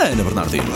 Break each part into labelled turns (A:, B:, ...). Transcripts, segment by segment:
A: Ana Bernardino.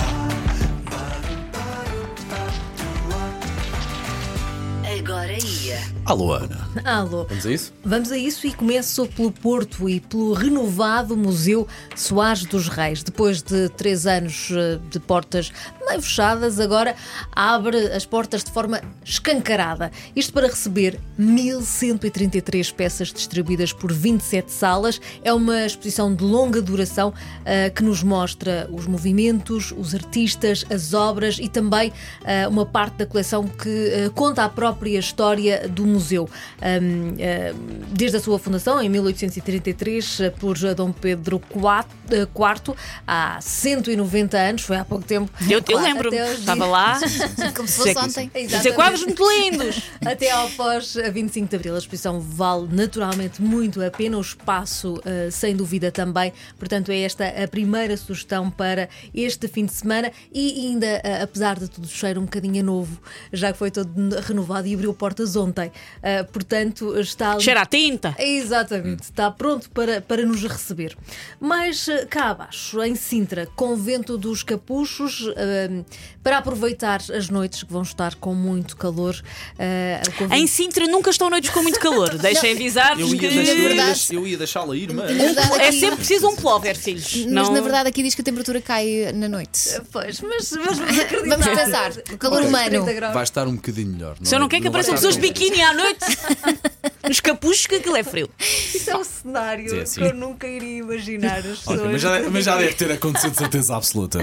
B: Agora ia.
A: Alô, Ana.
C: Alô.
D: Vamos a isso?
C: Vamos a isso e começo pelo Porto e pelo renovado Museu Soares dos Reis. Depois de três anos eh, de portas meio fechadas, agora abre as portas de forma escancarada. Isto para receber 1.133 peças distribuídas por 27 salas. É uma exposição de longa duração eh, que nos mostra os movimentos, os artistas, as obras e também eh, uma parte da coleção que eh, conta a própria história do museu. Ahm, eh, desde a sua fundação, em 1833, eh, por Dom Pedro IV, eh, IV, há 190 anos, foi há pouco tempo.
B: Eu, eu
C: Claro,
B: lembro-me,
C: até hoje-
B: estava lá,
E: Como se
B: Sei
E: fosse
B: que-
E: ontem.
B: dizer é quadros muito lindos.
C: Até ao pós eh, 25 de Abril, a exposição vale naturalmente muito a pena, o espaço eh, sem dúvida também. Portanto, é esta a primeira sugestão para este fim de semana e ainda, eh, apesar de tudo, cheira um bocadinho a novo, já que foi todo renovado e abriu portas ontem. Eh, portanto, está ali-
B: Cheira a tinta.
C: Exatamente, está pronto para, para nos receber. Mas eh, cá abaixo, em Sintra, Convento dos Capuchos, eh, para aproveitar as noites que vão estar com muito calor. eh, o convento-
B: É Em Sintra nunca estão noites com muito calor. Deixem avisar-vos
A: Eu
B: que.
A: ia, deixar- eu ia
E: verdade-
A: deixar- eu ia deixá-la ir, mas.
E: Na verdade,
B: É
E: aqui-
B: sempre preciso um plover, filhos.
E: Mas
B: Não-
E: na verdade aqui diz que a temperatura cai na noite.
C: Pois, mas, mas vamos acreditar.
B: é.
E: Vamos pensar, o calor
C: Uns
E: humano.
C: 30 graus.
D: Vai estar um bocadinho melhor.
B: Se eu não
D: é-
B: quero que
D: vai
B: apareçam
D: estar
B: pessoas de
D: tão-
B: biquíni à noite, nos capuchos, que aquilo é frio.
C: Isso é um cenário
A: É assim.
C: que eu nunca iria imaginar.
D: Ok,
C: As pessoas.
D: mas, já, mas já deve ter acontecido de certeza absoluta.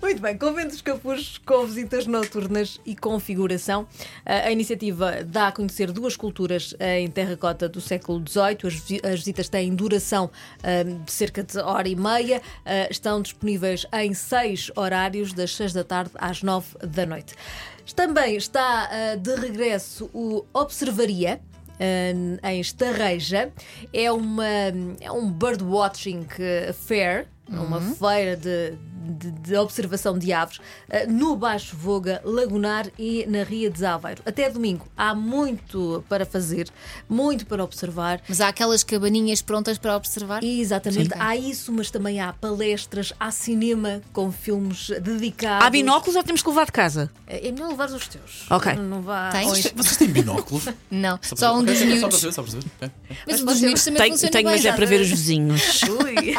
C: Muito bem, Convento dos Capuchos com visitas noturnas e configuração. A iniciativa dá a conhecer duas culturas eh, em terracota do século XVIII. As vi- As visitas têm duração eh, de cerca de hora e meia. Eh, Estão disponíveis em seis horários, das seis da tarde às nove da noite. Também está eh, de regresso o Observaria em em Estarreja. É, uma, é um birdwatching eh, fair, uma
B: Uhum.
C: feira de, de- de observação de aves, eh, no Baixo Voga, Lagunar e na Ria de Aveiro. Até domingo há muito para fazer, muito para observar.
E: Mas há aquelas cabaninhas prontas para observar.
C: Exatamente, há isso, mas também há palestras, há cinema com filmes dedicados.
B: Há binóculos ou temos que levar de casa?
C: É melhor levar os teus.
B: Ok.
C: Não vá.
E: Tens?
C: Ou isto-
D: Vocês têm binóculos?
E: Não, só um
D: Ok, ok,
E: dos
D: Só para
E: miúdos.
D: saber, só para saber. Ok.
E: Mas um dos miúdos também
B: Tenho,
E: funciona
B: tenho,
E: bem.
B: mas é
C: já
B: para ver os
C: sabes.
B: vizinhos.
C: Ui.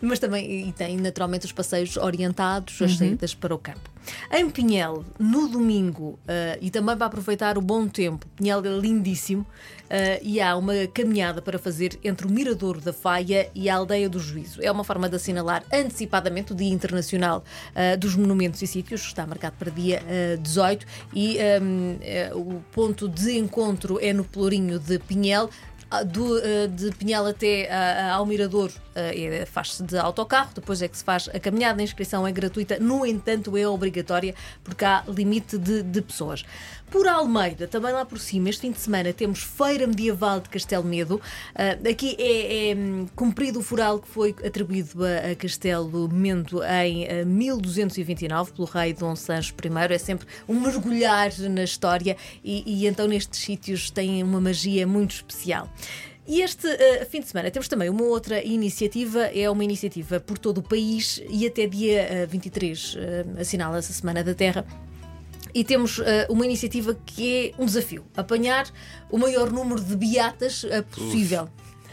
C: Mas também e tem naturalmente os passeios orientados, as saídas para o campo. Em Pinhel, no domingo, eh, e também para aproveitar o bom tempo, Pinhel é lindíssimo, eh, e há uma caminhada para fazer entre o Miradouro da Faia e a Aldeia do Juízo. É uma forma de assinalar antecipadamente o Dia Internacional eh, dos Monumentos e Sítios, que está marcado para dia eh, 18, e ehm, eh, o ponto de encontro é no Pelourinho de Pinhel. Ah, do, eh, de Pinhal até ah, ah, ao Mirador eh, é- faz-se de autocarro, depois é que se faz a caminhada, a inscrição é gratuita, no entanto é obrigatória porque há limite de, de pessoas. Por Almeida, também lá por cima, este fim de semana temos Feira Medieval de Castelo Medo. Ah, aqui é, é, hum, cumprido o fural que foi atribuído a, a Castelo Mendo em eh, 1229 pelo rei Dom Sancho I. É sempre um mergulhar na história e, e então nestes sítios têm uma magia muito especial. E este eh, fim de semana temos também uma outra iniciativa, é uma iniciativa por todo o país e até dia eh, 23 eh, assinala-se a Semana da Terra. E temos eh, uma iniciativa que é um desafio: apanhar o maior número de beatas eh, possível.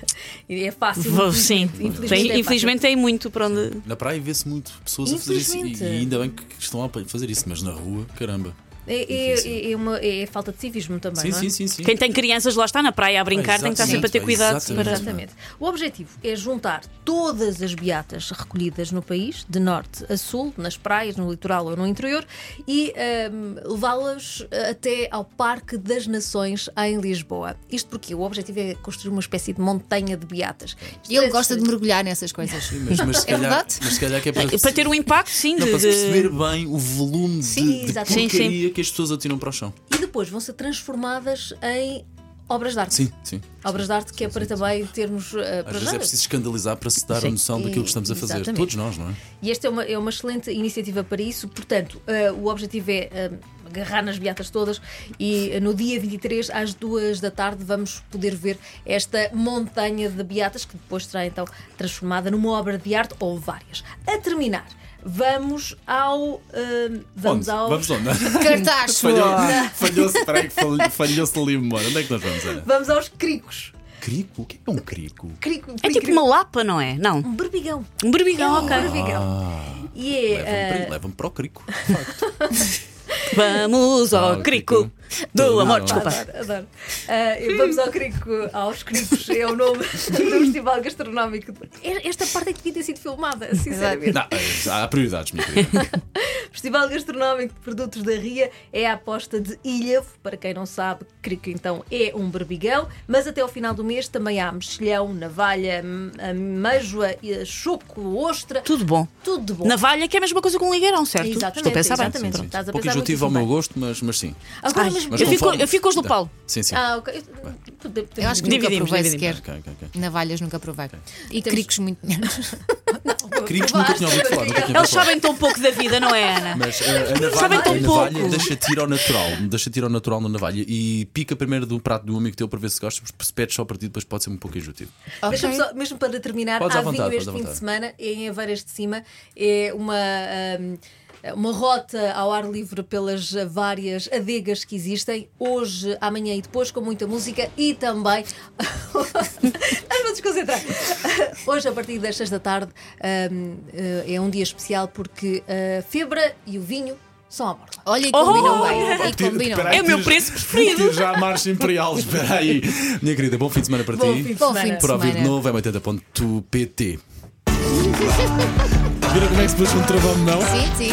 C: E É fácil.
B: Vou- Sim,
C: infelizmente- infelizmente é
B: Tem-
C: fácil.
B: infelizmente tem muito para onde.
D: Na praia vê-se muito pessoas a fazer isso. E,
C: Infelizmente.
D: e ainda bem que estão a fazer isso, mas na rua, caramba.
C: É, é- é- é uma, é falta de civismo também,
D: Sim,
C: não é?
D: sim, sim, sim.
B: Quem tem crianças lá está na praia a brincar, tem que estar
D: Exatamente,
B: sempre a ter
D: pá,
B: cuidado
D: exatamente.
B: para.
C: Exatamente. O objetivo é juntar todas as beatas recolhidas no país, de norte a sul, nas praias, no litoral ou no interior, e hum, levá-las eh, até ao Parque das Nações em Lisboa. Isto porque o objetivo é construir uma espécie de montanha de beatas. Isto
E: Ele
C: é-
E: gosta de mergulhar nessas coisas.
D: Mas, mas se
E: É
D: calhar,
E: verdade?
D: mas se calhar que é para,
B: Para ter um impacto, sim,
D: não,
B: de-
D: para se
B: de,
D: perceber bem o volume
C: Sim,
D: de, de
C: exatamente.
B: Sim, sim.
D: porcaria que as pessoas atiram para o chão.
C: E depois vão ser transformadas em obras de arte.
D: Sim, sim.
C: Obras de arte que é para também termos. uh, para
D: Às vezes
C: já-
D: é preciso escandalizar para se dar
B: Sim.
D: a noção daquilo que estamos a fazer.
C: Exatamente.
D: Todos nós, não é?
C: E esta é uma, é uma excelente iniciativa para isso. Portanto, eh, o objetivo é eh, agarrar nas beatas todas. E eh, no dia 23, às 2 da tarde, vamos poder ver esta montanha de beatas que depois será então transformada numa obra de arte ou várias. A terminar, vamos ao. eh, vamos
D: onde?
C: ao.
D: Vamos onde?
E: Cartaz.
D: Falhou- Falhou-se falhou falhou ali a memória. Onde é que nós vamos, Ana?
C: Vamos aos cricos.
D: Crico? O que é que é um crico?
C: Crico,
B: É tipo uma lapa, não é? Não.
C: um berbigão.
B: Um berbigão,
C: É um
B: ok.
C: berbigão.
D: Ah.
C: E é, eh,
D: Leva-me para, leva para o crico.
B: Vamos
D: Ah,
B: ao
D: o crico.
B: crico do
D: Não,
B: amor.
D: não.
B: Desculpa.
C: Adoro, adoro. Ah, e vamos ao crico, aos cricos, é o nome do Festival Gastronómico. E- Esta parte é que devia ter sido filmada, sinceramente.
D: Não, eh, há prioridades, minha querida.
C: Festival Gastronómico de Produtos da Ria é a aposta de Ilhavo. Para quem não sabe, crico então é um berbigão, mas até ao final do mês também há mexilhão, navalha, m- a meijoa, e a choco, ostra,
B: Tudo bom.
C: tudo de bom.
B: Navalha, que é a mesma coisa que um ligueirão, certo?
C: Exatamente,
B: Estou a pensar bem.
C: exatamente.
B: Pronto.
C: Estás a
D: Pouco
C: pensar muito
D: injutivo ao
C: bem.
D: meu gosto, mas, mas sim.
C: Agora
B: Ai,
C: mesmo.
D: Mas
B: eu,
D: com
B: fico,
D: fome.
B: eu fico com os do
D: Dá.
B: Paulo.
D: Sim, sim.
C: Ah, ok. Podemos-
E: Eu acho que nunca
B: Dividimos,
E: provei
B: dividimos.
E: sequer.
D: Ok, ok, ok.
E: Navalhas nunca provei. E
C: temos-
E: cricos muito menos.
D: Cricos nunca tinha ouvido falar. Nunca tinha ouvido
B: Eles
D: falar.
B: sabem tão pouco da vida, não é, Ana?
D: Mas eh, a navalha,
C: é
B: Sabem tão
D: a navalha
B: pouco.
D: deixa tirar ao natural, deixa tirar ao natural na navalha e pica primeiro do prato de um amigo teu para ver se gosta, porque se pedes só para ti, depois pode ser um pouco injutivo.
C: Deixa-me só, mesmo para terminar,
D: Podes
C: há
D: à vontade,
C: vinho
D: podes
C: este
D: à
C: fim de
D: vontade.
C: semana é em Aveiras de Cima. É uma. hum, uma rota ao ar livre pelas várias adegas que existem hoje, amanhã e depois, com muita música e também. Vamos desconcentrar. Hoje, a partir das 6 da tarde, hum, é um dia especial porque a febra e o vinho são à borda.
E: Olha, e
B: Oh!
E: combinam bem. E combinam bem.
B: É o meu preço preferido.
D: Tiro já a marcha imperial, espera aí. Minha querida, bom fim de semana para
C: Bom
D: ti.
C: fim de
E: Bom fim de
D: Para ouvir de
E: semana.
D: novo é 80.pt. Viram como é que se pôs um travão de mão?
E: Sim, sim.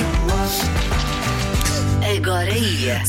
F: Agora ia.